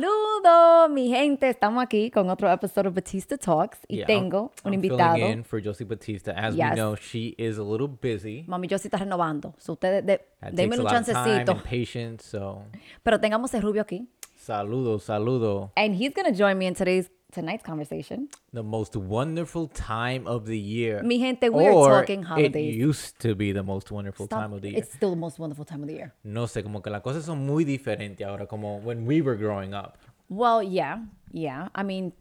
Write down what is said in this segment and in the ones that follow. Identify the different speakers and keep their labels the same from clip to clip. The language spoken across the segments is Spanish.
Speaker 1: Saludo, mi gente. Estamos aquí con otro episodio de Batista Talks y
Speaker 2: Yeah, I'm-
Speaker 1: tengo un
Speaker 2: I'm filling in
Speaker 1: invitado.
Speaker 2: for Josie Batista. As
Speaker 1: Yes.
Speaker 2: we know, she is a little busy.
Speaker 1: Mami, yo sí está renovando. So, ustedes, de,
Speaker 2: That
Speaker 1: denme
Speaker 2: takes a
Speaker 1: un
Speaker 2: lot of time
Speaker 1: chancecito.
Speaker 2: and patience. So,
Speaker 1: Pero tengamos el rubio aquí.
Speaker 2: saludo, saludo.
Speaker 1: And he's going to join me in today's tonight's conversation.
Speaker 2: The most wonderful time of the year.
Speaker 1: Mi gente, we are
Speaker 2: Or
Speaker 1: talking
Speaker 2: It
Speaker 1: holidays.
Speaker 2: used to be the most wonderful
Speaker 1: Stop.
Speaker 2: time of the year.
Speaker 1: It's still the most wonderful time of the year.
Speaker 2: No sé, como que las cosas son muy diferentes ahora, como when we were growing up.
Speaker 1: Well, yeah, yeah. I mean,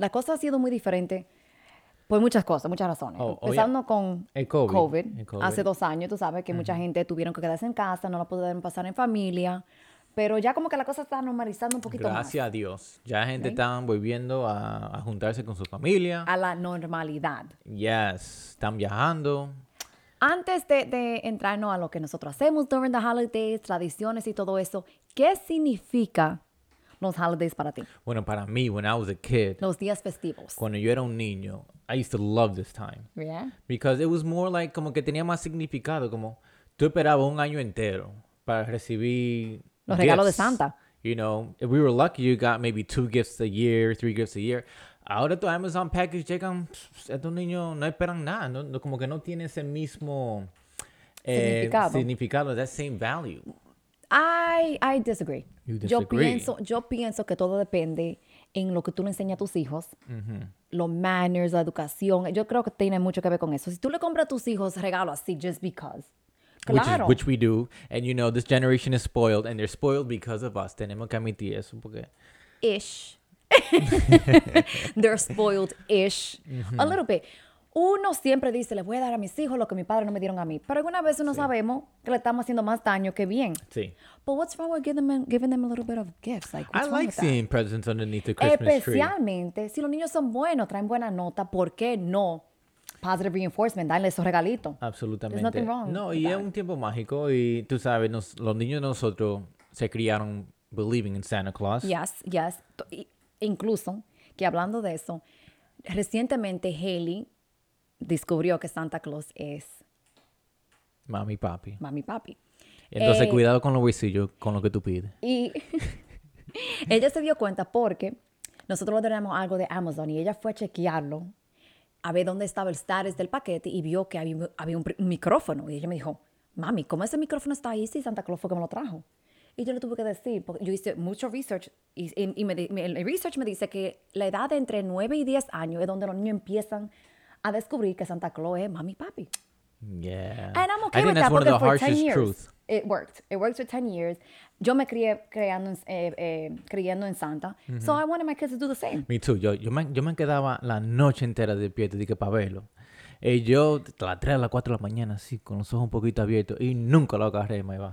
Speaker 1: la cosa ha sido muy diferente por muchas cosas, muchas razones.
Speaker 2: Oh, oh, yeah.
Speaker 1: Empezando con
Speaker 2: El COVID, el COVID.
Speaker 1: Hace dos años, tú sabes que mucha gente tuvieron que quedarse en casa, no la pudieron pasar en familia. Pero ya como que la cosa está normalizando un poquito
Speaker 2: Gracias a Dios. Ya gente está volviendo a, a juntarse con su familia.
Speaker 1: más a la normalidad.
Speaker 2: Yes, están viajando.
Speaker 1: Antes de, de entrarnos a lo que nosotros hacemos during the holidays, tradiciones y todo eso, ¿qué significa los holidays para ti?
Speaker 2: Bueno, para mí, when I was a kid,
Speaker 1: Los días festivos.
Speaker 2: cuando yo era un niño, I used to love this time
Speaker 1: Yeah.
Speaker 2: because it was more like como que tenía más significado, como tú esperabas un año entero para recibir
Speaker 1: Los regalos de
Speaker 2: gifts,
Speaker 1: Santa.
Speaker 2: You know, if we were lucky, you got maybe two gifts a year, three gifts a year. Ahora tu Amazon package llegan, pss, estos niños no esperan nada, no- no- como que no tiene ese mismo eh,
Speaker 1: Significado.
Speaker 2: significado, that same value.
Speaker 1: I, I disagree.
Speaker 2: You
Speaker 1: Yo
Speaker 2: disagree.
Speaker 1: pienso, yo pienso que todo depende en lo que tú le enseñas a tus hijos, los manners, la educación. Yo creo que tiene mucho que ver con eso. Si tú le compras a tus hijos regalos así, just because. Claro.
Speaker 2: Which, is, which we do. And you know, this generation is spoiled, and they're spoiled because of us. Tenemos que admitir eso porque.
Speaker 1: ish. They're spoiled ish. A little bit. Uno siempre dice, le voy a dar a mis hijos lo que mis padres no me dieron a mí. Pero alguna vez no sabemos que le estamos haciendo más daño que bien.
Speaker 2: Sí.
Speaker 1: But what's wrong with giving them, giving them a little bit of gifts? Like,
Speaker 2: I
Speaker 1: what's wrong
Speaker 2: like
Speaker 1: with that?
Speaker 2: seeing presents underneath the Christmas tree.
Speaker 1: Especialmente si los niños son buenos, traen buena nota, ¿por qué no? Positive reinforcement, darle esos regalitos.
Speaker 2: Ah. Absolutamente.
Speaker 1: nothing wrong
Speaker 2: no,
Speaker 1: with
Speaker 2: y es
Speaker 1: that.
Speaker 2: un tiempo mágico y tú sabes, nos- los niños de nosotros se criaron believing in Santa Claus.
Speaker 1: Yes, yes. To- i- Incluso que hablando de eso, recientemente Haley descubrió que Santa Claus es
Speaker 2: Mami, papi.
Speaker 1: mami papi.
Speaker 2: Entonces,
Speaker 1: Eh,
Speaker 2: cuidado con los huesillos, con lo que tú pides.
Speaker 1: Y ella se dio cuenta porque nosotros le teníamos algo de Amazon y ella fue a chequearlo a ver dónde estaba el status del paquete y vio que había, había un, pri- un micrófono. Y ella me dijo, mami, ¿cómo ese micrófono está ahí si Santa Claus fue que me lo trajo? Y yo le tuve que decir, porque yo hice mucho research y, y- y me di- me- el research me dice que la edad de entre 9 y 10 años es donde los niños empiezan a descubrir que Santa Claus es mami y papi.
Speaker 2: Yeah.
Speaker 1: And I'm
Speaker 2: I
Speaker 1: okay
Speaker 2: think
Speaker 1: with
Speaker 2: that's
Speaker 1: that
Speaker 2: one of the
Speaker 1: because for 10
Speaker 2: harshest
Speaker 1: years,
Speaker 2: truths.
Speaker 1: it worked. It worked for 10 years. Yo me crié creando en, eh, eh, creyendo en Santa.
Speaker 2: Mm-hmm.
Speaker 1: So I wanted my kids to do the same.
Speaker 2: Me too. Yo, yo, me, yo me quedaba la noche entera despierto, dije, para verlo. Y yo, a las 3, a las 4 de la mañana, así, con los ojos un poquito abiertos, y nunca lo agarré, me iba.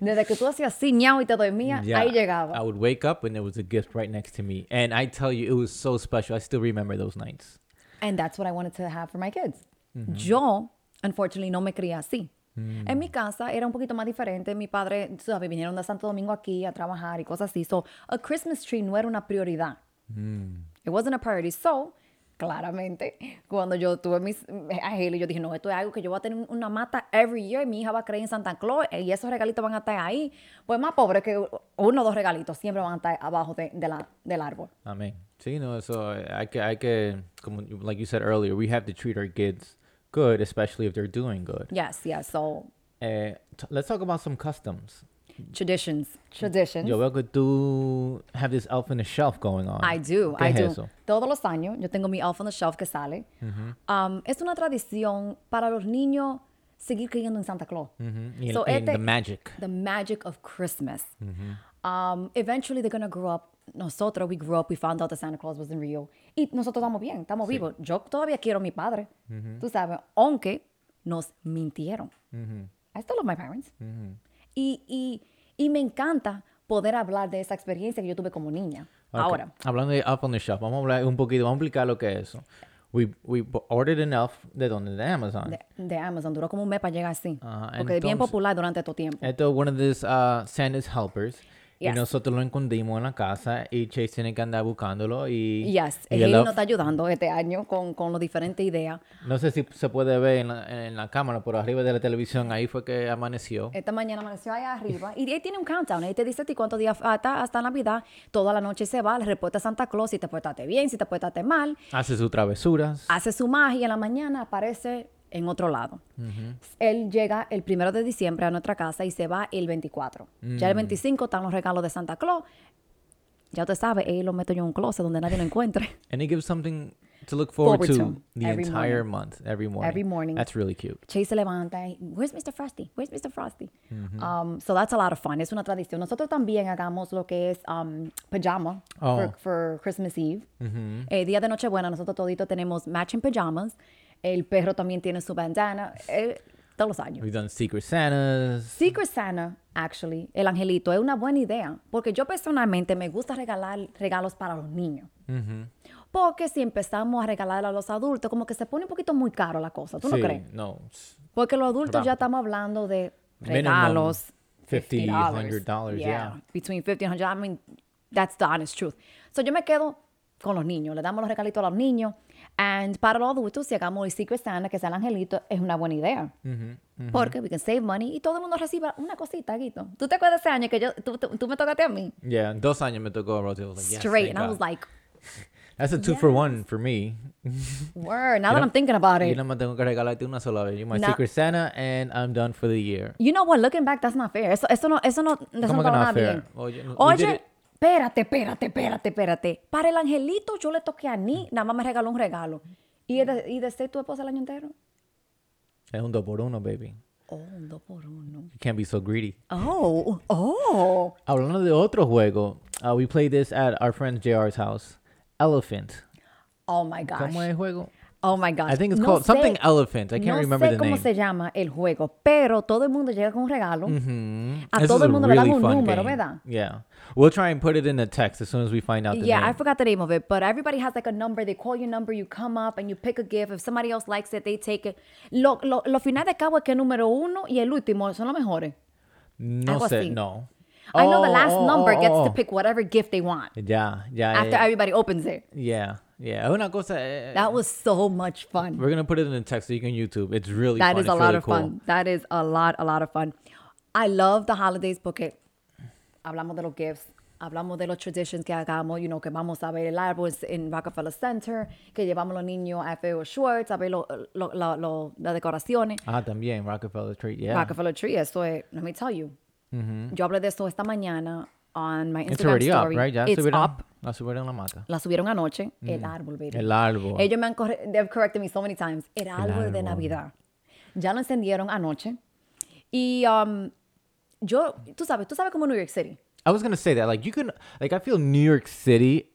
Speaker 1: Desde que tú hacías así, ñao, y te dormías, ahí
Speaker 2: I
Speaker 1: llegaba.
Speaker 2: would wake up and there was a gift right next to me. And I tell you, it was so special. I still remember those nights.
Speaker 1: And that's what I wanted to have for my kids. Yo, unfortunately, no me crié así. En mi casa era un poquito más diferente. Mi padre, tú sabes, vinieron de Santo Domingo aquí a trabajar y cosas así. So, a Christmas tree no era una prioridad. It wasn't a priority. So, claramente, cuando yo tuve mis a Haley, yo dije, no, esto es algo que yo voy a tener una mata every year. Mi hija va a creer en Santa Claus eh, y esos regalitos van a estar ahí. Pues más pobre que uno o dos regalitos siempre van a estar abajo de- de la- del árbol.
Speaker 2: Amén. So, you know, so I, I, could- I could, como- like you said earlier, we have to treat our kids good, especially if they're doing good.
Speaker 1: Yes, yes. So,
Speaker 2: Eh, t- let's talk about some customs.
Speaker 1: traditions. Traditions.
Speaker 2: Yo veo que tú have this elf in the shelf going on.
Speaker 1: Mm-hmm. I do,
Speaker 2: ¿Qué
Speaker 1: I
Speaker 2: es
Speaker 1: do.
Speaker 2: eso?
Speaker 1: Todos los años yo tengo mi Elf on the Shelf que sale. Um, es una tradición para los niños seguir creyendo en Santa Claus.
Speaker 2: Y el-
Speaker 1: So,
Speaker 2: y en
Speaker 1: este-
Speaker 2: the magic.
Speaker 1: The magic of Christmas. Um, eventually they're gonna grow up. Nosotros, we grew up, we found out that Santa Claus was in Rio. Y nosotros estamos bien, estamos vivos. Yo todavía quiero a mi padre. Tú sabes, aunque nos mintieron. I still love my parents. Y, y, y me encanta poder hablar de esa experiencia que yo tuve como niña.
Speaker 2: Ok.
Speaker 1: Ahora,
Speaker 2: Hablando de Elf on the Shelf, vamos a hablar un poquito, vamos a explicar lo que es eso. We, we bo- ordered an elf de donde? De Amazon.
Speaker 1: de, de Amazon. Duró como un mes para llegar así.
Speaker 2: Ajá,
Speaker 1: porque es bien
Speaker 2: entonces-
Speaker 1: popular durante todo tiempo.
Speaker 2: Esto es one of these uh, ah, Santa's helpers. Y
Speaker 1: Yes.
Speaker 2: nosotros lo encontramos en la casa y Chase tiene que andar buscándolo y...
Speaker 1: Yes,
Speaker 2: y
Speaker 1: él
Speaker 2: el
Speaker 1: nos
Speaker 2: outfit-
Speaker 1: está ayudando este año con, con las diferentes ideas.
Speaker 2: No sé si se puede ver en la, en la cámara, pero arriba de la televisión ahí fue que amaneció.
Speaker 1: Esta mañana amaneció allá arriba y ahí tiene un countdown. Ahí te dice a ti cuántos días hasta, hasta Navidad. Toda la noche se va, le reporta a Santa Claus si te portaste bien, si te portaste mal.
Speaker 2: Hace sus travesuras.
Speaker 1: hace su magia y en la mañana aparece en otro lado. Él llega el primero de diciembre a nuestra casa y se va el 24. Ya
Speaker 2: Mm.
Speaker 1: el 25 están los regalos de Santa Claus. Ya te sabes, él lo meto yo en un closet donde nadie lo encuentre.
Speaker 2: And he gives something to look
Speaker 1: Forward
Speaker 2: forward, to,
Speaker 1: to
Speaker 2: the
Speaker 1: every
Speaker 2: entire month, every morning.
Speaker 1: Every morning.
Speaker 2: That's really cute.
Speaker 1: Chase se levanta y, where's Mr. Frosty? Where's Mr. Frosty? Um, so that's a lot of fun. Es una tradición. Nosotros también hagamos lo que es um, pajama
Speaker 2: Oh.
Speaker 1: for, for Christmas Eve. Eh, Día de Nochebuena, nosotros todito tenemos matching pajamas. El perro también tiene su bandana. Eh, todos los años.
Speaker 2: We've done Secret Santas.
Speaker 1: Secret Santa, actually, el angelito, es una buena idea, porque yo personalmente me gusta regalar regalos para los niños. Porque si empezamos a regalar a los adultos, como que se pone un poquito muy caro la cosa, ¿tú no
Speaker 2: Sí,
Speaker 1: crees?
Speaker 2: No.
Speaker 1: Porque los adultos ya
Speaker 2: Claro.
Speaker 1: estamos hablando de
Speaker 2: Minimum
Speaker 1: regalos.
Speaker 2: $50, $100, yeah.
Speaker 1: Between 50 and 100, I mean, that's the honest truth. So yo me quedo con los niños, le damos los regalitos a los niños. And para los adultos, si hagamos el Secret Santa, que sea el angelito, es una buena idea.
Speaker 2: Mm-hmm,
Speaker 1: Porque we can save money y todo el mundo reciba una cosita, Guito. ¿Tú te acuerdas ese año que yo, tú, tú- tú me tocaste a mí?
Speaker 2: Yeah, dos años me tocó Rosie. I was like, yes,
Speaker 1: Straight.
Speaker 2: thank
Speaker 1: And I was
Speaker 2: God.
Speaker 1: like,
Speaker 2: That's a two for one for me.
Speaker 1: word, now that I'm thinking about
Speaker 2: Yo
Speaker 1: it.
Speaker 2: no me tengo que regalarte una sola vez. You're my
Speaker 1: No.
Speaker 2: Secret Santa and I'm done for the year.
Speaker 1: You know what, looking back, that's not fair. Eso, eso no, eso no, eso no
Speaker 2: ¿Cómo que
Speaker 1: estaba nada
Speaker 2: not fair?
Speaker 1: bien.
Speaker 2: Oye, no- we did
Speaker 1: Oye,
Speaker 2: it.
Speaker 1: espérate, espérate, espérate, espérate. Para el angelito yo le toqué a Ni, nada más me regaló un regalo. ¿Y de, y de ser tu esposa el año entero?
Speaker 2: Es un dos por Eh, uno, baby.
Speaker 1: Oh, un dos por uno.
Speaker 2: You can't be so greedy.
Speaker 1: Oh, oh.
Speaker 2: Hablando de otro juego, uh, we played this at our friend JR's house. Elephant.
Speaker 1: Oh my gosh.
Speaker 2: ¿Cómo es el juego?
Speaker 1: Oh my gosh.
Speaker 2: I think it's
Speaker 1: No
Speaker 2: called
Speaker 1: sé-
Speaker 2: something elephant. I can't
Speaker 1: no
Speaker 2: remember
Speaker 1: sé
Speaker 2: the
Speaker 1: cómo
Speaker 2: name.
Speaker 1: se llama el juego, pero todo el mundo llega con un regalo. A
Speaker 2: Mm-hmm. This
Speaker 1: todo
Speaker 2: is
Speaker 1: el
Speaker 2: a
Speaker 1: mundo le dan
Speaker 2: really
Speaker 1: un
Speaker 2: fun
Speaker 1: número,
Speaker 2: game.
Speaker 1: ¿verdad?
Speaker 2: Yeah. We'll try and put it in the text as soon as we find out the
Speaker 1: Yeah, I
Speaker 2: name.
Speaker 1: forgot the name of it, but everybody has like a number. They call your number, you come up and you pick a gift. If somebody else likes it, they take it. Lo, lo, lo final de cabo es que el número uno y el último son los mejores.
Speaker 2: no
Speaker 1: algo
Speaker 2: sé,
Speaker 1: así.
Speaker 2: no.
Speaker 1: I know the last
Speaker 2: Oh, oh,
Speaker 1: number
Speaker 2: oh,
Speaker 1: gets
Speaker 2: oh,
Speaker 1: to pick whatever gift they want
Speaker 2: oh. Ya, ya.
Speaker 1: after
Speaker 2: eh,
Speaker 1: everybody opens it.
Speaker 2: yeah, yeah. Es Una cosa. eh,
Speaker 1: That was so much fun.
Speaker 2: We're gonna put it in the text so you can YouTube. It's really
Speaker 1: That
Speaker 2: fun.
Speaker 1: is
Speaker 2: It's
Speaker 1: a lot
Speaker 2: really
Speaker 1: of
Speaker 2: cool.
Speaker 1: fun. That is a lot, a lot of fun. I love the holidays porque hablamos de los gifts, hablamos de los traditions que hagamos, you know, que vamos a ver el árbol en Rockefeller Center, que llevamos los niños a Feo Schwartz, a ver lo- lo- lo- lo- las decoraciones.
Speaker 2: Ah, también Rockefeller Tree. Yeah. Mm-hmm.
Speaker 1: Rockefeller Tree, eso es, let me tell you. Yo hablé de eso esta mañana on my Instagram
Speaker 2: It's already
Speaker 1: story.
Speaker 2: up, right? Ya
Speaker 1: It's
Speaker 2: subieron-
Speaker 1: up.
Speaker 2: La subieron en la mata.
Speaker 1: La subieron anoche. El árbol, baby.
Speaker 2: El árbol.
Speaker 1: Ellos me han corre- they've corrected me so many times. El árbol de
Speaker 2: árbol.
Speaker 1: Navidad. Ya lo encendieron anoche. Y um, yo, tú sabes, tú sabes cómo New York City.
Speaker 2: I was gonna say that. Like you can. Like I feel New York City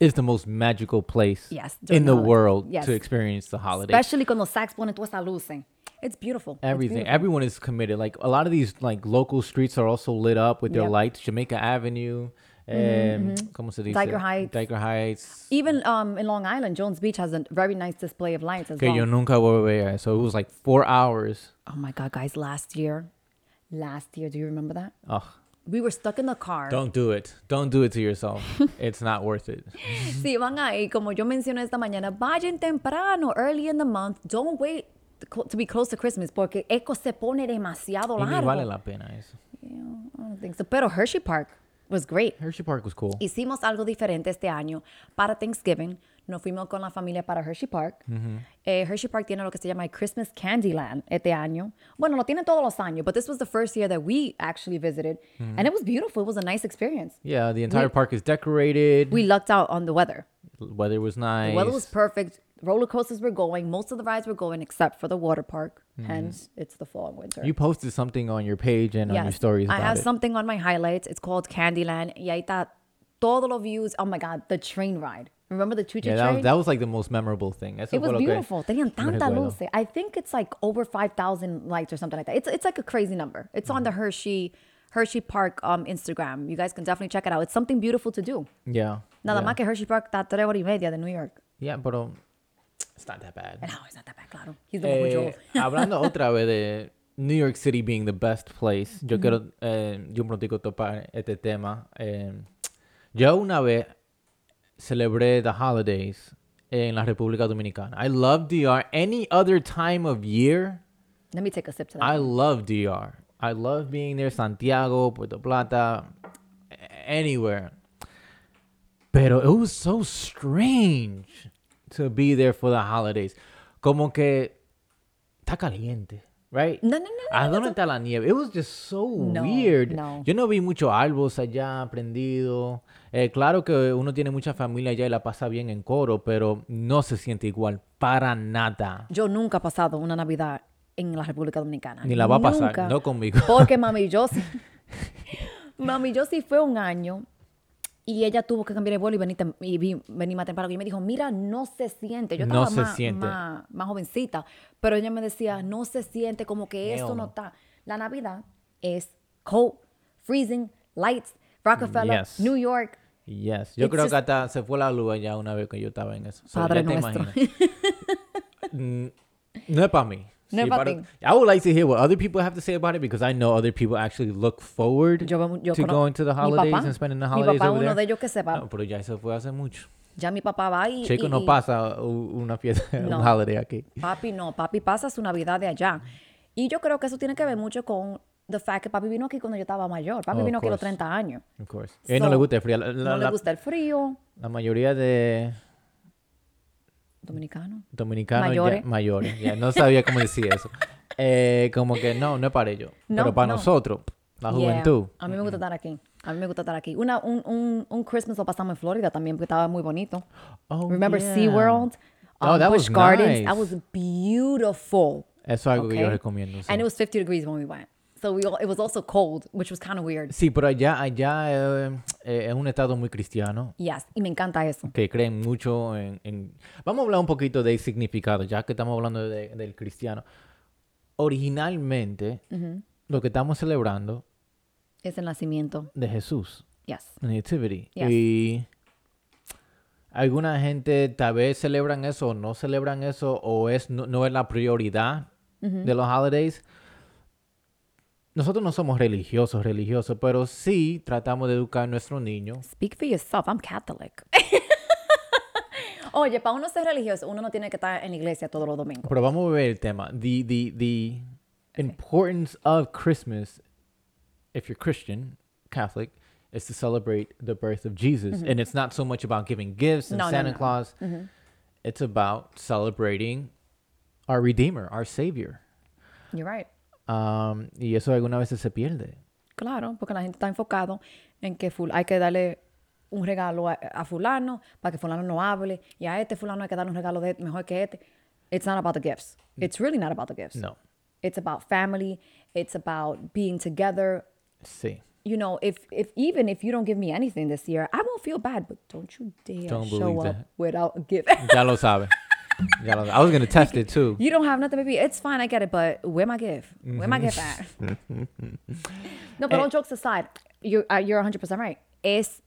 Speaker 2: is the most magical place
Speaker 1: Yes, during
Speaker 2: in the
Speaker 1: the holidays.
Speaker 2: world
Speaker 1: Yes.
Speaker 2: to experience the holidays.
Speaker 1: Especially cuando Saks ponen toda esa luz. en- It's beautiful. It's
Speaker 2: Everything.
Speaker 1: beautiful.
Speaker 2: Everyone is committed. Like a lot of these like local streets are also lit up with their
Speaker 1: Yep. Mm-hmm,
Speaker 2: lights. Jamaica Avenue. Um, ¿Cómo se dice?
Speaker 1: Diker Heights.
Speaker 2: Diker Heights.
Speaker 1: Even um, in Long Island, Jones Beach has a very nice display of lights as
Speaker 2: Que
Speaker 1: well.
Speaker 2: yo nunca voy a ver. So it was like four hours.
Speaker 1: Oh my God, guys, last year, last year, do you remember that?
Speaker 2: Ugh.
Speaker 1: We were stuck in the car.
Speaker 2: Don't do it. Don't do it to yourself. it's not worth it.
Speaker 1: Si van ahí, como yo mencioné esta mañana, vayan temprano, early in the month. Don't wait to clo- to be close to Christmas porque eco se pone demasiado
Speaker 2: Y ni
Speaker 1: largo.
Speaker 2: vale la pena eso.
Speaker 1: I don't think so. Pero Hershey Park was great.
Speaker 2: Hershey Park was cool.
Speaker 1: Hicimos algo diferente este año para Thanksgiving. Nos fuimos con la familia para Hershey Park. Eh, Hershey Park tiene lo que se llama el Christmas Candyland este año. Bueno, lo tienen todos los años, but this was the first year that we actually visited. And it was beautiful. It was a nice experience.
Speaker 2: Yeah, the entire park is decorated.
Speaker 1: We lucked out on the weather.
Speaker 2: Weather was nice.
Speaker 1: The weather was perfect. Roller coasters were going. Most of the rides were going except for the water park. Hence, it's the fall and winter.
Speaker 2: you posted something on your page and on your
Speaker 1: Yes.
Speaker 2: stories
Speaker 1: I
Speaker 2: about
Speaker 1: have
Speaker 2: it.
Speaker 1: something on my highlights. It's called Candyland. Y ahí está todos los views. Oh my God, the train ride. Remember the choo-choo
Speaker 2: yeah, that
Speaker 1: train?
Speaker 2: was, that was like the most memorable thing. Eso
Speaker 1: it was
Speaker 2: fue lo que
Speaker 1: beautiful. Tenían
Speaker 2: me
Speaker 1: tanta
Speaker 2: recuerdo.
Speaker 1: luces. I think it's like over 5,000 lights or something like that. It's, it's like a crazy number. It's on
Speaker 2: Mm.
Speaker 1: the Hershey Hershey Park um, Instagram. You guys can definitely check it out. It's something beautiful to do.
Speaker 2: Yeah.
Speaker 1: Nada
Speaker 2: yeah.
Speaker 1: más que Hershey Park está tres horas y media de New York.
Speaker 2: Yeah, but um, it's not that bad.
Speaker 1: No, it's not that bad, claro. He's the one who
Speaker 2: Eh,
Speaker 1: drove.
Speaker 2: hablando otra vez de New York City being the best place, yo quiero eh, de un prontico topar este tema. Eh, yo una vez celebré the holidays en la República Dominicana. I love DR. Any other time of year,
Speaker 1: Let me take a sip to that.
Speaker 2: I love DR. I love being there, Santiago, Puerto Plata, a- anywhere. Pero it was so strange to be there for the holidays. Como que está caliente, right?
Speaker 1: no, no, no, no.
Speaker 2: ¿A dónde está la nieve? It was just so
Speaker 1: No,
Speaker 2: weird.
Speaker 1: no.
Speaker 2: Yo no vi muchos árboles allá prendido. Eh, claro que uno tiene mucha familia allá y la pasa bien en coro, pero no se siente igual para nada.
Speaker 1: Yo nunca he pasado una Navidad en la República Dominicana.
Speaker 2: Ni la va a pasar,
Speaker 1: Nunca.
Speaker 2: no conmigo.
Speaker 1: Porque mami yo sí- mami yo sí fue un año y ella tuvo que cambiar el vuelo y venir, tem- y vi- venir más temprano. Y me dijo, mira, no se siente. Yo
Speaker 2: No
Speaker 1: estaba
Speaker 2: se
Speaker 1: más,
Speaker 2: siente.
Speaker 1: Más, más jovencita, pero ella me decía, no se siente, como que eso
Speaker 2: Hell
Speaker 1: no
Speaker 2: no.
Speaker 1: está. La Navidad es cold, freezing, lights, Rockefeller,
Speaker 2: Yes.
Speaker 1: New York.
Speaker 2: Yes. Yo
Speaker 1: It's
Speaker 2: creo
Speaker 1: just-
Speaker 2: que hasta se fue la luz allá una vez que yo estaba en eso. So,
Speaker 1: Padre
Speaker 2: ya te
Speaker 1: nuestro.
Speaker 2: imaginas. Mm, no es para mí.
Speaker 1: No es pa' ti.
Speaker 2: I would like to hear what other people have to say about it because I know other people actually look forward
Speaker 1: Yo, veo- yo
Speaker 2: to
Speaker 1: cono-
Speaker 2: going to the
Speaker 1: mi
Speaker 2: holidays
Speaker 1: papá-
Speaker 2: and spending the
Speaker 1: Mi
Speaker 2: holidays
Speaker 1: papá es
Speaker 2: over
Speaker 1: uno
Speaker 2: there.
Speaker 1: de ellos que se va.
Speaker 2: No, pero ya eso fue hace mucho.
Speaker 1: Ya mi papá va y...
Speaker 2: Chico
Speaker 1: y-
Speaker 2: no
Speaker 1: y-
Speaker 2: pasa u- una fiesta,
Speaker 1: No.
Speaker 2: un holiday aquí.
Speaker 1: Papi no, papi pasa su Navidad de allá. Y yo creo que eso tiene que ver mucho con the fact que papi vino aquí cuando yo estaba mayor. Papi
Speaker 2: Oh, of
Speaker 1: vino aquí a los
Speaker 2: course.
Speaker 1: 30 años.
Speaker 2: Of course. A él no
Speaker 1: So,
Speaker 2: le gusta el frío. La, la-
Speaker 1: no le
Speaker 2: la-
Speaker 1: gusta el frío.
Speaker 2: la mayoría de
Speaker 1: Dominicano.
Speaker 2: dominicanos
Speaker 1: Mayores.
Speaker 2: ya, mayores ya, no sabía cómo decir eso. Eh, como que no, no es para ellos.
Speaker 1: No,
Speaker 2: Pero para
Speaker 1: no.
Speaker 2: nosotros, la
Speaker 1: Yeah.
Speaker 2: juventud.
Speaker 1: A mí me gusta estar aquí. A mí me gusta estar aquí. Una, un, un, un Christmas lo pasamos en Florida también, porque estaba muy bonito.
Speaker 2: Oh,
Speaker 1: Remember
Speaker 2: yeah.
Speaker 1: SeaWorld?
Speaker 2: Oh,
Speaker 1: um,
Speaker 2: that
Speaker 1: Busch
Speaker 2: was
Speaker 1: Gardens. That
Speaker 2: nice.
Speaker 1: was beautiful.
Speaker 2: Eso es algo que yo
Speaker 1: okay?
Speaker 2: recomiendo. sí.
Speaker 1: And it was 50 degrees when we went. So we all, it was also cold, which was kind of weird.
Speaker 2: Sí, pero allá, allá eh, eh, es un estado muy cristiano
Speaker 1: Yes. Y me encanta eso.
Speaker 2: que creen mucho en, en- Vamos a hablar un poquito del significado, ya que estamos hablando de- del cristiano. Originalmente, lo que estamos celebrando
Speaker 1: Es el nacimiento.
Speaker 2: de Jesús,
Speaker 1: Yes.
Speaker 2: la Nativity.
Speaker 1: Yes.
Speaker 2: Y alguna gente tal vez celebran eso o no celebran eso o es no, no es la prioridad de los holidays. Nosotros no somos religiosos, religiosos, pero sí tratamos de educar a nuestros niños.
Speaker 1: Speak for yourself. I'm Catholic. Oye, para uno ser religioso, uno no tiene que estar en la iglesia todos los domingos.
Speaker 2: Pero vamos a ver el tema. The, the, the importance of Christmas, if you're Christian, Catholic, is to celebrate the birth of Jesus. And it's not so much about giving gifts and
Speaker 1: Mm-hmm. No, no,
Speaker 2: Santa
Speaker 1: no. Mm-hmm.
Speaker 2: Claus. It's about celebrating our Redeemer, our Savior.
Speaker 1: You're right.
Speaker 2: Um, y eso alguna vez se pierde.
Speaker 1: Claro, porque la gente está enfocado en que ful- hay que darle un regalo a, a fulano para que fulano no hable y a este fulano hay que darle un regalo de mejor que este. It's not about the gifts. It's really not about the gifts.
Speaker 2: Mm. No.
Speaker 1: It's about family. It's about being together.
Speaker 2: Sí.
Speaker 1: You know, if if even if you don't give me anything this year, I won't feel bad. But don't you dare
Speaker 2: Don't
Speaker 1: show
Speaker 2: believe
Speaker 1: up
Speaker 2: that.
Speaker 1: without a gift.
Speaker 2: Ya lo sabe. Ya lo sabe. I was going to test it too.
Speaker 1: You don't have nothing, baby. It's fine. I get it. But where my gift? Where my gift at? Eh, no, but all jokes aside, you're, uh, you're 100% right. Es,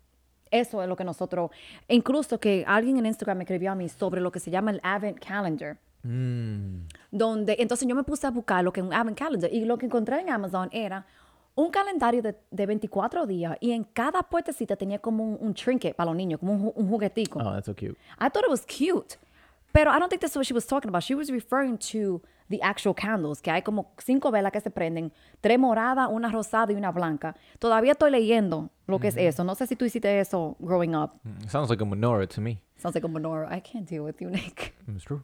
Speaker 1: eso es lo que nosotros. Incluso que alguien en Instagram me escribió a mí sobre lo que se llama el Advent Calendar. Donde, entonces yo me puse a buscar lo que es un Advent Calendar y lo que encontré en Amazon era un calendario de, de 24 días y en cada puertecita tenía como un, un trinket para los niños, como un, ju- un juguetico.
Speaker 2: Oh, that's so cute.
Speaker 1: I thought it was cute. Pero I don't think that's what she was talking about. She was referring to the actual candles, que hay como cinco velas que se prenden, tres moradas, una rosada y una blanca. Todavía estoy leyendo lo que es eso. No sé si tú hiciste eso growing up.
Speaker 2: Mm, Sounds like a menorah to me.
Speaker 1: Sounds like a menorah. I can't deal with you, Nick.
Speaker 2: It's true.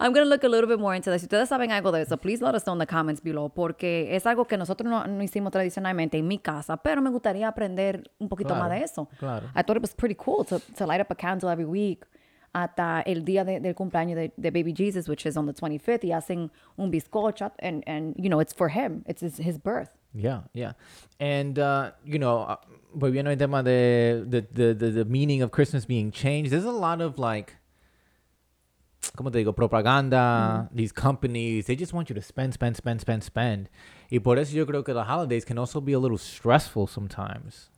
Speaker 1: I'm going to look a little bit more into this. Si ustedes saben algo de eso, please let us know in the comments below, porque es algo que nosotros no, no hicimos tradicionalmente en mi casa, pero me gustaría aprender un poquito
Speaker 2: Claro,
Speaker 1: más de eso.
Speaker 2: claro.
Speaker 1: I thought it was pretty cool to, to light up a candle every week hasta el día de- del cumpleaños de, de Baby Jesus, which is on the 25th, y hacen un bizcocho, and, and you know, it's for him. It's his, his birth.
Speaker 2: Yeah, yeah, and uh, you know, uh, volviendo al tema de the, the the the meaning of Christmas being changed, there's a lot of like, como te digo, propaganda.
Speaker 1: Mm-hmm.
Speaker 2: These companies, they just want you to spend, spend, spend, spend, spend. Y por eso yo creo que the holidays can also be a little stressful sometimes.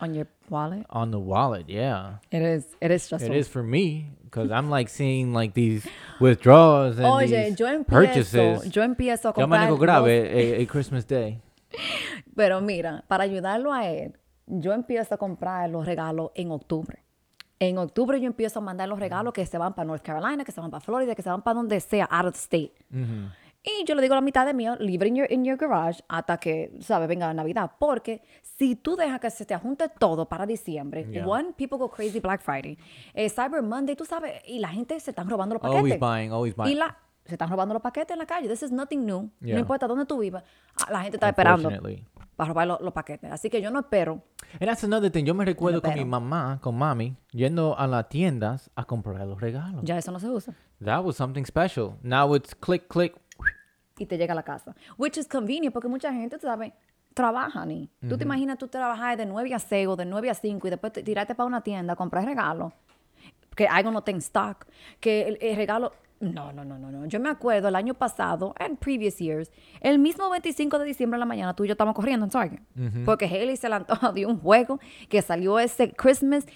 Speaker 1: on your wallet.
Speaker 2: on the wallet. Yeah,
Speaker 1: It is. It is stressful.
Speaker 2: it is for me because I'm like seeing like these withdrawals and
Speaker 1: Oye,
Speaker 2: these
Speaker 1: yo empiezo.
Speaker 2: purchases.
Speaker 1: Yo empiezo a
Speaker 2: Yo
Speaker 1: comprar.
Speaker 2: manejo
Speaker 1: los-
Speaker 2: grave eh, eh, Christmas Day.
Speaker 1: pero mira, para ayudarlo a él, yo empiezo a comprar los regalos en octubre. En octubre yo empiezo a mandar los regalos que se van para North Carolina, que se van para Florida, que se van para donde sea, out of state. Y yo le digo la mitad de mío, leave it in your, in your garage hasta que, ¿sabes? Venga Navidad. Porque si tú dejas que se te junte todo para diciembre,
Speaker 2: Yeah.
Speaker 1: one, people go crazy Black Friday, eh, Cyber Monday, tú sabes, y la gente se están robando los paquetes.
Speaker 2: Always buying, always
Speaker 1: Y
Speaker 2: buying.
Speaker 1: la, se están robando los paquetes en la calle. This is nothing new.
Speaker 2: Yeah.
Speaker 1: No importa dónde tú vivas, ah, la gente está esperando
Speaker 2: Unfortunately.
Speaker 1: para robar lo- los paquetes. Así que yo no espero.
Speaker 2: And that's another thing. Yo me recuerdo con mi
Speaker 1: pero-
Speaker 2: mamá, con mami, yendo a las tiendas a comprar los regalos.
Speaker 1: Ya eso no se usa.
Speaker 2: That was something special. Now it's click, click.
Speaker 1: Y te llega a la casa. Which is convenient porque mucha gente, tú sabes, trabaja, ni. Tú te imaginas tú trabajar de 9 a 6 o de 9 a 5 y después te tirarte para una tienda a comprar regalos. Que algo no tenga stock. Que el, el regalo... No, no, no, no, no. Yo me acuerdo el año pasado, and previous years, el mismo 25 de diciembre en la mañana, tú y yo estamos corriendo en Target. Porque Haley se le antoja de un juego que salió ese Christmas,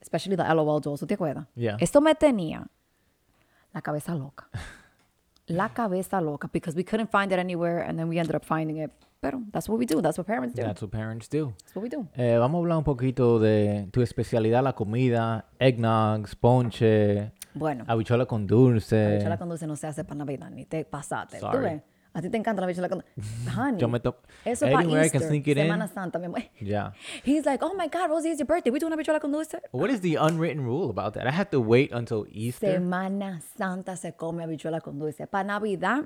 Speaker 1: especially the LOL Dolls, ¿tú te acuerdas?
Speaker 2: Yeah.
Speaker 1: Esto me tenía la cabeza loca. La cabeza loca, because we couldn't find it anywhere and then we ended up finding it. Pero that's what we do. That's what parents do.
Speaker 2: That's what parents do.
Speaker 1: That's what we do.
Speaker 2: Eh, vamos a hablar un poquito de tu especialidad, la comida, eggnogs, ponche,
Speaker 1: Bueno,
Speaker 2: habichuela con dulce.
Speaker 1: la con dulce no se hace para Navidad, ni te pasaste. ¿Tú
Speaker 2: Eh. Sorry.
Speaker 1: ves? A ti te encanta la bichola con dulce. Honey,
Speaker 2: Yo me to-
Speaker 1: eso es para
Speaker 2: Anywhere I can
Speaker 1: Easter,
Speaker 2: sneak it in.
Speaker 1: Semana Santa, mi amor.
Speaker 2: Yeah.
Speaker 1: He's like, oh my God, Rosie, it's your birthday. We doing una bichola con dulce?
Speaker 2: What is the unwritten rule about that? I have to wait until Easter.
Speaker 1: Semana Santa se come habichuela con dulce. Para Navidad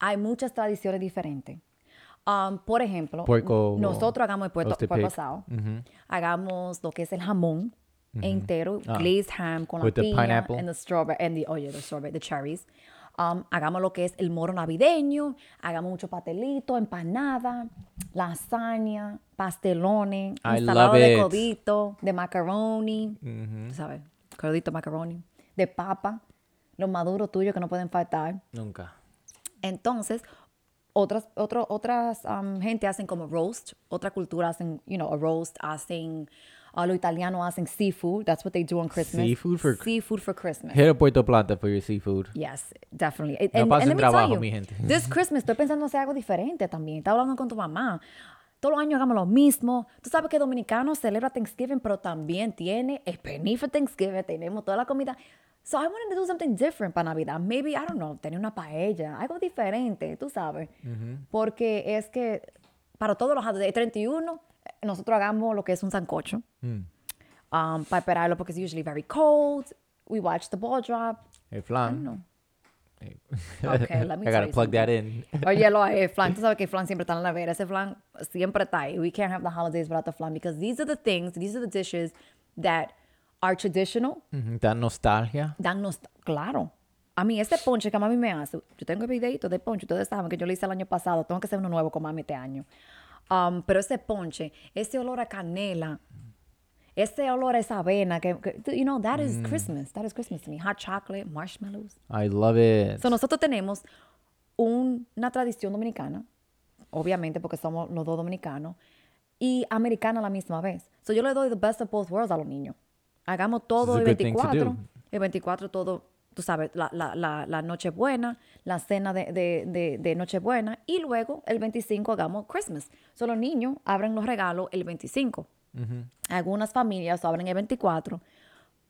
Speaker 1: hay muchas tradiciones diferentes. Um, por ejemplo,
Speaker 2: Puerco-
Speaker 1: nosotros hagamos el puerto,
Speaker 2: roasted
Speaker 1: puerco
Speaker 2: pig.
Speaker 1: asado. Hagamos lo que es el jamón entero, glazed ham con
Speaker 2: Ah. With
Speaker 1: la
Speaker 2: the
Speaker 1: piña
Speaker 2: pineapple.
Speaker 1: and the strawberry and the oye, the strawberry, the cherries. Um, hagamos lo que es el moro navideño, hagamos mucho pastelito, empanada, lasaña, pastelones,
Speaker 2: I
Speaker 1: ensalada
Speaker 2: love
Speaker 1: de
Speaker 2: it. Mm-hmm.
Speaker 1: codito, de macaroni, tú ¿sabes? Codito, macaroni, de papa, los maduros tuyos que no pueden faltar.
Speaker 2: Nunca.
Speaker 1: Entonces, otras, otro, otras um, gente hacen como roast, otra cultura hacen, you know, a roast, hacen, uh, lo italiano hacen seafood, that's what they do on Christmas.
Speaker 2: Seafood for-
Speaker 1: Seafood for Christmas.
Speaker 2: Hit up Puerto Plata for your seafood.
Speaker 1: Yes, definitely. And-
Speaker 2: No
Speaker 1: and-
Speaker 2: pasen
Speaker 1: and let me tell
Speaker 2: trabajo,
Speaker 1: you,
Speaker 2: mi gente.
Speaker 1: This Christmas estoy pensando hacer algo diferente también. Estaba hablando con tu mamá. Todos los años hagamos lo mismo. Tú sabes que dominicano celebra Thanksgiving, pero también tiene el pernil for Thanksgiving. Tenemos toda la comida. So I wanted to do something different para Navidad. Maybe, I don't know, tener una paella. Algo diferente, tú sabes. Porque es que para todos los el 31, eh, nosotros hagamos lo que es un sancocho
Speaker 2: Mm.
Speaker 1: um, para esperarlo porque es usually very cold. We watch the ball drop.
Speaker 2: Hey, flan.
Speaker 1: No.
Speaker 2: Hey.
Speaker 1: Okay, let me
Speaker 2: I
Speaker 1: tell
Speaker 2: gotta
Speaker 1: you
Speaker 2: plug that in.
Speaker 1: Oye, lo es flan. Tú sabes que flan siempre está en la nevera. Ese flan siempre está ahí. We can't have the holidays without the flan because these are the things, these are the dishes that are traditional.
Speaker 2: Mhm, That nostalgia.
Speaker 1: Dan nost- claro. A mí, este ponche que mami me hace, yo tengo el videito de ponche, ustedes saben que yo lo hice el año pasado, tengo que hacer uno nuevo con mami este año. Um, pero ese ponche, ese olor a canela, ese olor a esa avena, que, que- you know, that is
Speaker 2: Mm.
Speaker 1: Christmas, that is Christmas to me. Hot chocolate, marshmallows.
Speaker 2: I love it.
Speaker 1: So, nosotros tenemos un- una tradición dominicana, obviamente porque somos los dos dominicanos, y americana a la misma vez. So, yo le doy the best of both worlds a los niños. Hagamos todo el
Speaker 2: This is a good thing to
Speaker 1: 24.
Speaker 2: do.
Speaker 1: El 24 todo, tú sabes, la, la, la, la Nochebuena, la cena de, de, de, de Nochebuena, y luego el 25 hagamos Christmas. So, los niños abren los regalos el 25. Algunas familias abren el 24.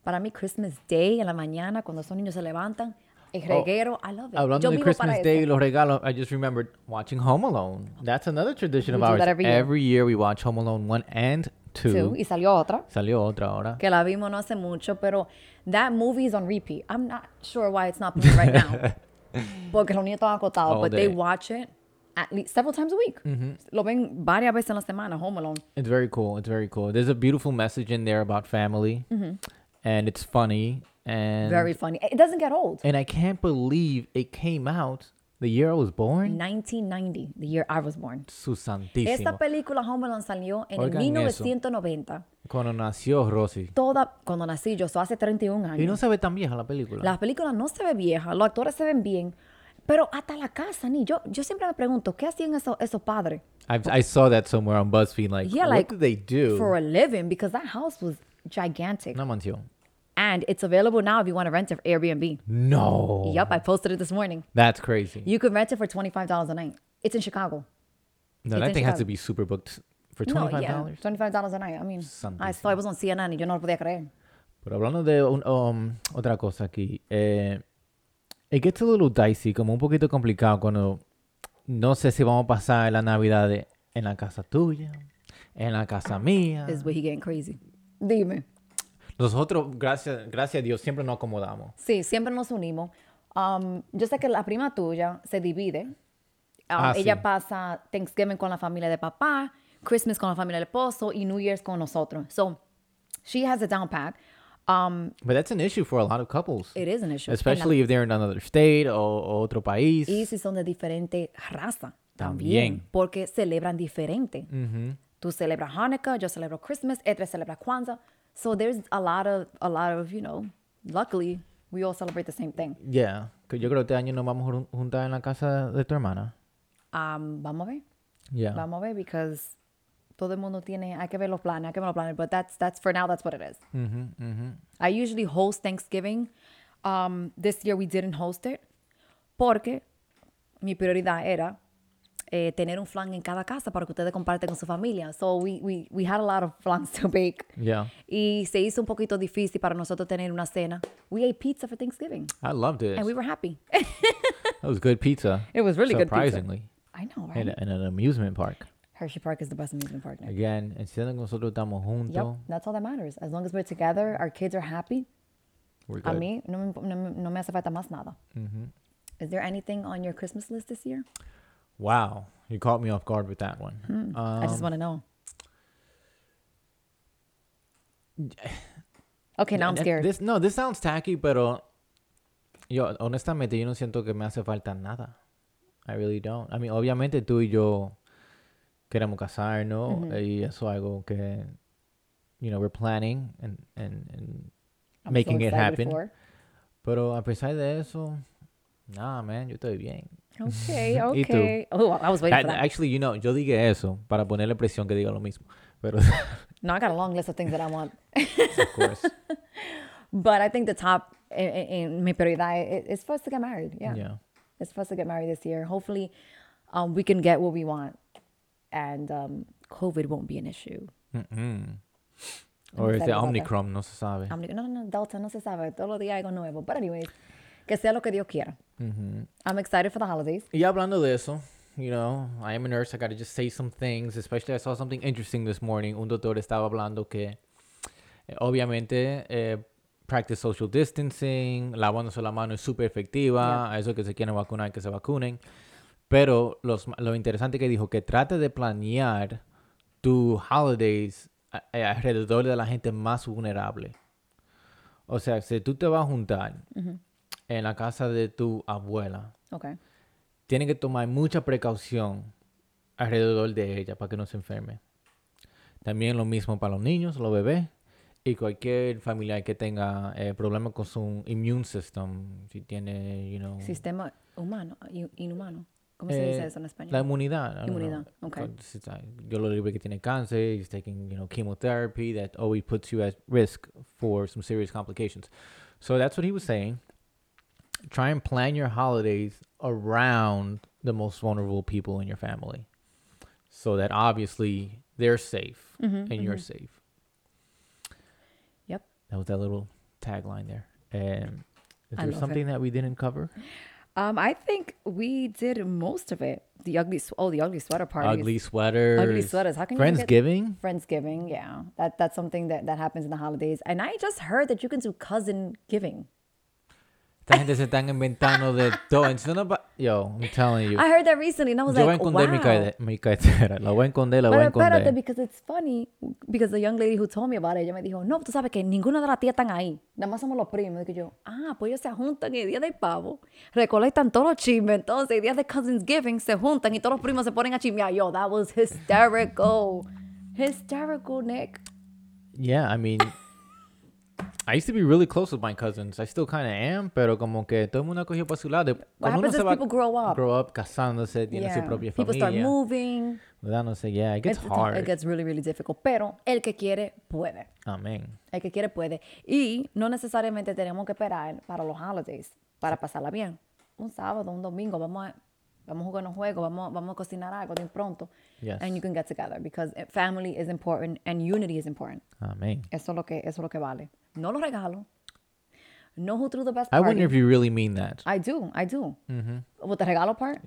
Speaker 1: Para mí, Christmas Day en la mañana, cuando esos niños se levantan, el reguero, I love it.
Speaker 2: Oh. Hablando
Speaker 1: Yo
Speaker 2: de
Speaker 1: vivo
Speaker 2: Christmas
Speaker 1: para
Speaker 2: Day y
Speaker 1: eso.
Speaker 2: los regalos, I just remembered watching Home Alone. That's another tradition of
Speaker 1: We do
Speaker 2: ours.
Speaker 1: that every year.
Speaker 2: year we watch Home Alone 1 and 2.
Speaker 1: Two, y salió otra,
Speaker 2: Salió otra ahora.
Speaker 1: que la vimos no hace mucho, pero that movie is on repeat. I'm not sure why it's not playing right now. Porque los niños están acotados,
Speaker 2: All
Speaker 1: but they
Speaker 2: day. Mm-hmm.
Speaker 1: watch it at least several times a week. Lo ven varias veces en la semana, Home Alone.
Speaker 2: It's very cool. It's very cool. There's a beautiful message in there about family, and it's funny. And
Speaker 1: Mm-hmm. Very funny. It doesn't get old.
Speaker 2: and I can't believe it came out the year I was born.
Speaker 1: 1990, the year I was born.
Speaker 2: Su
Speaker 1: Esta
Speaker 2: santísimo.
Speaker 1: película Home Alone salió en el
Speaker 2: Oigan eso.
Speaker 1: 1990.
Speaker 2: Cuando nació Rosy.
Speaker 1: Toda, cuando nací yo, eso hace 31 años.
Speaker 2: Y no se ve tan vieja la película.
Speaker 1: Las películas no se ven viejas, los actores se ven bien, Pero hasta la casa, ni yo, yo siempre me pregunto, ¿qué hacían esos, esos padres?
Speaker 2: I, I saw that somewhere on BuzzFeed. Like,
Speaker 1: Yeah,
Speaker 2: what
Speaker 1: like,
Speaker 2: did they do?
Speaker 1: For a living, because that house was gigantic.
Speaker 2: Not Montiel.
Speaker 1: And it's available now if you want to rent it for Airbnb.
Speaker 2: No.
Speaker 1: Yep, I posted it this morning.
Speaker 2: That's crazy.
Speaker 1: You can rent it for $25 a night. It's in Chicago.
Speaker 2: No,
Speaker 1: You
Speaker 2: that
Speaker 1: think she
Speaker 2: thing has
Speaker 1: got-
Speaker 2: to be super booked for $25.
Speaker 1: No, yeah, $25 a night. I mean, I saw I was on CNN y yo no lo podía creer.
Speaker 2: Pero hablando de un- um, otra cosa aquí, eh, it gets a little dicey, como un poquito complicado cuando no sé si vamos a pasar la Navidad de- en la casa tuya, en la casa mía.
Speaker 1: This is where he getting crazy. Dime.
Speaker 2: Nosotros, gracias, gracias a Dios, siempre nos acomodamos.
Speaker 1: Sí, siempre nos unimos. Um, yo sé que la prima tuya se divide. Um,
Speaker 2: Ah,
Speaker 1: ella
Speaker 2: sí.
Speaker 1: pasa Thanksgiving con la familia de papá, Christmas con la familia del esposo y New Year's con nosotros. So, she has a down pat. Um,
Speaker 2: But that's an issue for a lot of couples,
Speaker 1: it is an issue. And
Speaker 2: especially if they're in another state o, o otro país.
Speaker 1: Y si son de diferente raza
Speaker 2: También.
Speaker 1: también, porque celebran diferente. Tú celebras Hanukkah, yo celebro Christmas, Edra celebra Kwanzaa. So there's a lot of, a lot of, you know, luckily we all celebrate the same thing.
Speaker 2: Yeah, que yo creo que este año nos vamos a jun- juntar en la casa de tu hermana.
Speaker 1: Um, vamos a ver,
Speaker 2: Yeah.
Speaker 1: vamos a ver, because todo el mundo tiene, hay que ver los planes, hay que ver los planes, but that's, that's for now, that's what it is. I usually host Thanksgiving. Um, this year we didn't host it porque mi prioridad era eh, tener un flan en cada casa para que ustedes comparten con su familia. So we, we, we had a lot of flans to bake.
Speaker 2: Yeah.
Speaker 1: Y se hizo un poquito difícil para nosotros tener una cena. We ate pizza for Thanksgiving
Speaker 2: I loved it.
Speaker 1: and we were happy.
Speaker 2: That was good pizza.
Speaker 1: It was really good pizza.
Speaker 2: Surprisingly.
Speaker 1: I know, right?
Speaker 2: In, in an amusement park.
Speaker 1: Hershey Park is the best amusement park. now.
Speaker 2: Again, instead of nosotros estamos
Speaker 1: Yep,
Speaker 2: juntos,
Speaker 1: that's all that matters. As long as we're together, our kids are happy,
Speaker 2: we're good. Mm-hmm.
Speaker 1: A mí no me, no, me- no me hace falta más nada. Is there anything on your Christmas list this year?
Speaker 2: wow, you caught me off guard with that one.
Speaker 1: Mm-hmm.
Speaker 2: Uh,
Speaker 1: I just want to know. Okay, now I'm
Speaker 2: and- and
Speaker 1: scared.
Speaker 2: This, no, this sounds tacky, pero yo, honestamente, yo no siento que me hace falta nada. I really don't. I mean, obviamente tú y yo queremos casarnos
Speaker 1: Mm-hmm.
Speaker 2: y eso es algo que, you know, we're planning and, and, and
Speaker 1: I'm so
Speaker 2: making it
Speaker 1: excited
Speaker 2: happen.
Speaker 1: for-
Speaker 2: Pero a pesar de eso, nah, man, yo estoy bien.
Speaker 1: Okay,
Speaker 2: Y tú.
Speaker 1: okay. Oh, I was waiting
Speaker 2: I-
Speaker 1: for that.
Speaker 2: actually, you know, yo dije eso para ponerle presión que diga lo mismo. Pero,
Speaker 1: No, I got a long list of things that I want,
Speaker 2: of course.
Speaker 1: but I think the top in, in, in mi prioridad i- is for us to get married. Yeah.
Speaker 2: Yeah.
Speaker 1: it's for us to get married this year. Hopefully, um, we can get what we want, and um, COVID won't be an issue.
Speaker 2: Or is
Speaker 1: excited
Speaker 2: it
Speaker 1: about that.
Speaker 2: Omnicron? este No se sabe.
Speaker 1: I'm like, no, no, no, Delta, no se sabe. Todos los días algo nuevo. But anyways, que sea lo que Dios quiera.
Speaker 2: Mm-hmm.
Speaker 1: I'm excited for the holidays.
Speaker 2: Y hablando de eso, you know, I am a nurse. I gotta just say some things. Especially, I saw something interesting this morning. Un doctor estaba hablando que, eh, obviamente, eh, practice social distancing, lavándose la mano es súper efectiva. A eso que se quieren vacunar, que se vacunen. Pero los, lo interesante que dijo, que trate de planear tu holidays a- a- alrededor de la gente más vulnerable. O sea, si tú te vas a juntar en la casa de tu abuela,
Speaker 1: Okay.
Speaker 2: tienen que tomar mucha precaución alrededor de ella para que no se enferme. También lo mismo para los niños, los bebés y cualquier familiar que tenga eh, problemas con su immune system, si tiene, you know,
Speaker 1: Sistema humano, in- inhumano. ¿Cómo se dice
Speaker 2: eh,
Speaker 1: eso en español?
Speaker 2: la inmunidad. I don't
Speaker 1: Inmunidad,
Speaker 2: know.
Speaker 1: okay.
Speaker 2: Con- si está- Yo lo digo que tiene cáncer, he's taking, you know, chemotherapy that always puts you at risk for some serious complications. So that's what he was saying. Try and plan your holidays around the most vulnerable people in your family, so that obviously they're safe and you're safe.
Speaker 1: Mm-hmm, Yep.
Speaker 2: That was that little tagline there. Um, is
Speaker 1: I
Speaker 2: there
Speaker 1: love it.
Speaker 2: something that we didn't cover?
Speaker 1: Um, I think we did most of it. The ugly, s- oh, the ugly sweater parties.
Speaker 2: Ugly sweaters.
Speaker 1: sweaters. How can you forget-
Speaker 2: Friendsgiving.
Speaker 1: Friendsgiving, yeah. That that's something that, that happens in the holidays. And I just heard that you can do cousin giving.
Speaker 2: Esta gente se están inventando de todo. It's not about- Yo, I'm telling you.
Speaker 1: I heard that recently and I was
Speaker 2: Yo voy a
Speaker 1: like,
Speaker 2: esconder mi,
Speaker 1: wow.
Speaker 2: caide- mi cartera. La voy a esconder, la voy
Speaker 1: Pero
Speaker 2: a
Speaker 1: espérate,
Speaker 2: esconder.
Speaker 1: because it's funny, because the young lady who told me about it, ella me dijo, no, tú sabes que ninguna de las tías están ahí, nada más somos los primos. Y que yo, ah, pues ellos se juntan el día del pavo, recolectan todos los chismes, entonces el día de Cousinsgiving se juntan y todos los primos se ponen a chismear. Yo, that was hysterical. hysterical, Nick.
Speaker 2: Yeah, I mean, I used to be really close with my cousins. I still kind of am, pero como que todo el mundo cogió para su lado.
Speaker 1: What
Speaker 2: Cuando uno
Speaker 1: happens
Speaker 2: se
Speaker 1: is
Speaker 2: va-
Speaker 1: people grow up.
Speaker 2: Grow up, casándose, tiene su propia familia.
Speaker 1: People start moving.
Speaker 2: Mudándose, yeah, it gets
Speaker 1: It's-
Speaker 2: hard.
Speaker 1: It gets really, really difficult. Pero el que quiere, puede.
Speaker 2: Amén.
Speaker 1: El que quiere, puede. Y no necesariamente tenemos que esperar para los holidays, para pasarla bien. Un sábado, un domingo, vamos a, vamos a jugar unos juegos, vamos, vamos a cocinar algo de pronto.
Speaker 2: Yes.
Speaker 1: And you can get together because eh, family is important and unity is important.
Speaker 2: Amén.
Speaker 1: Eso es lo que, eso es lo que vale. No los regalo. No who threw the best
Speaker 2: I Mm-hmm.
Speaker 1: party.
Speaker 2: wonder if you really mean that.
Speaker 1: I do, I do. With the regalo part,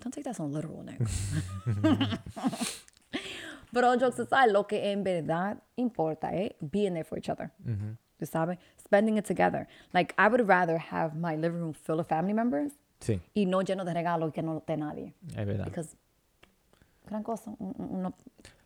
Speaker 1: don't take that so literal, nigga. But all jokes aside, lo que en verdad importa es being there for each other. Tú sabes? Spending it together. Like, I would rather have my living room full of family members
Speaker 2: Sí,
Speaker 1: y no lleno de regalo y que no esté nadie.
Speaker 2: es verdad.
Speaker 1: Because, gran cosa, un- un- uno-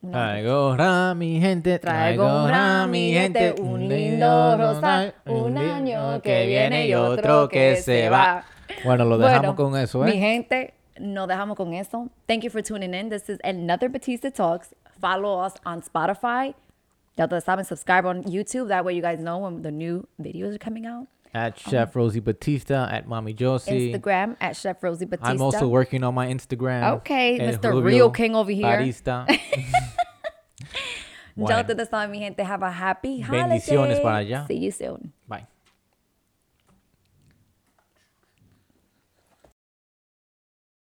Speaker 1: una-
Speaker 2: Traigo ra mi gente,
Speaker 1: Traigo
Speaker 2: traigo ra
Speaker 1: ra
Speaker 2: mi
Speaker 1: mi
Speaker 2: gente,
Speaker 1: gente, un lindo rosal, un año que viene y otro que se va.
Speaker 2: Bueno, lo
Speaker 1: Bueno,
Speaker 2: dejamos con eso,
Speaker 1: Mi
Speaker 2: ¿eh?
Speaker 1: gente, nos dejamos con eso. Thank you for tuning in. This is another Batista Talks. Follow us on Spotify. Ya ustedes saben, subscribe on YouTube. That way you guys know when the new videos are coming out.
Speaker 2: At Chef Rosie Batista, at Mommy Josie.
Speaker 1: Instagram at Chef Rosie Batista.
Speaker 2: I'm also working on my Instagram.
Speaker 1: Okay,
Speaker 2: El
Speaker 1: Mr.
Speaker 2: Rubio
Speaker 1: Real King over here.
Speaker 2: Barista.
Speaker 1: Ya ustedes saben, mi gente, have a happy holiday.
Speaker 2: Bendiciones para allá.
Speaker 1: See you soon.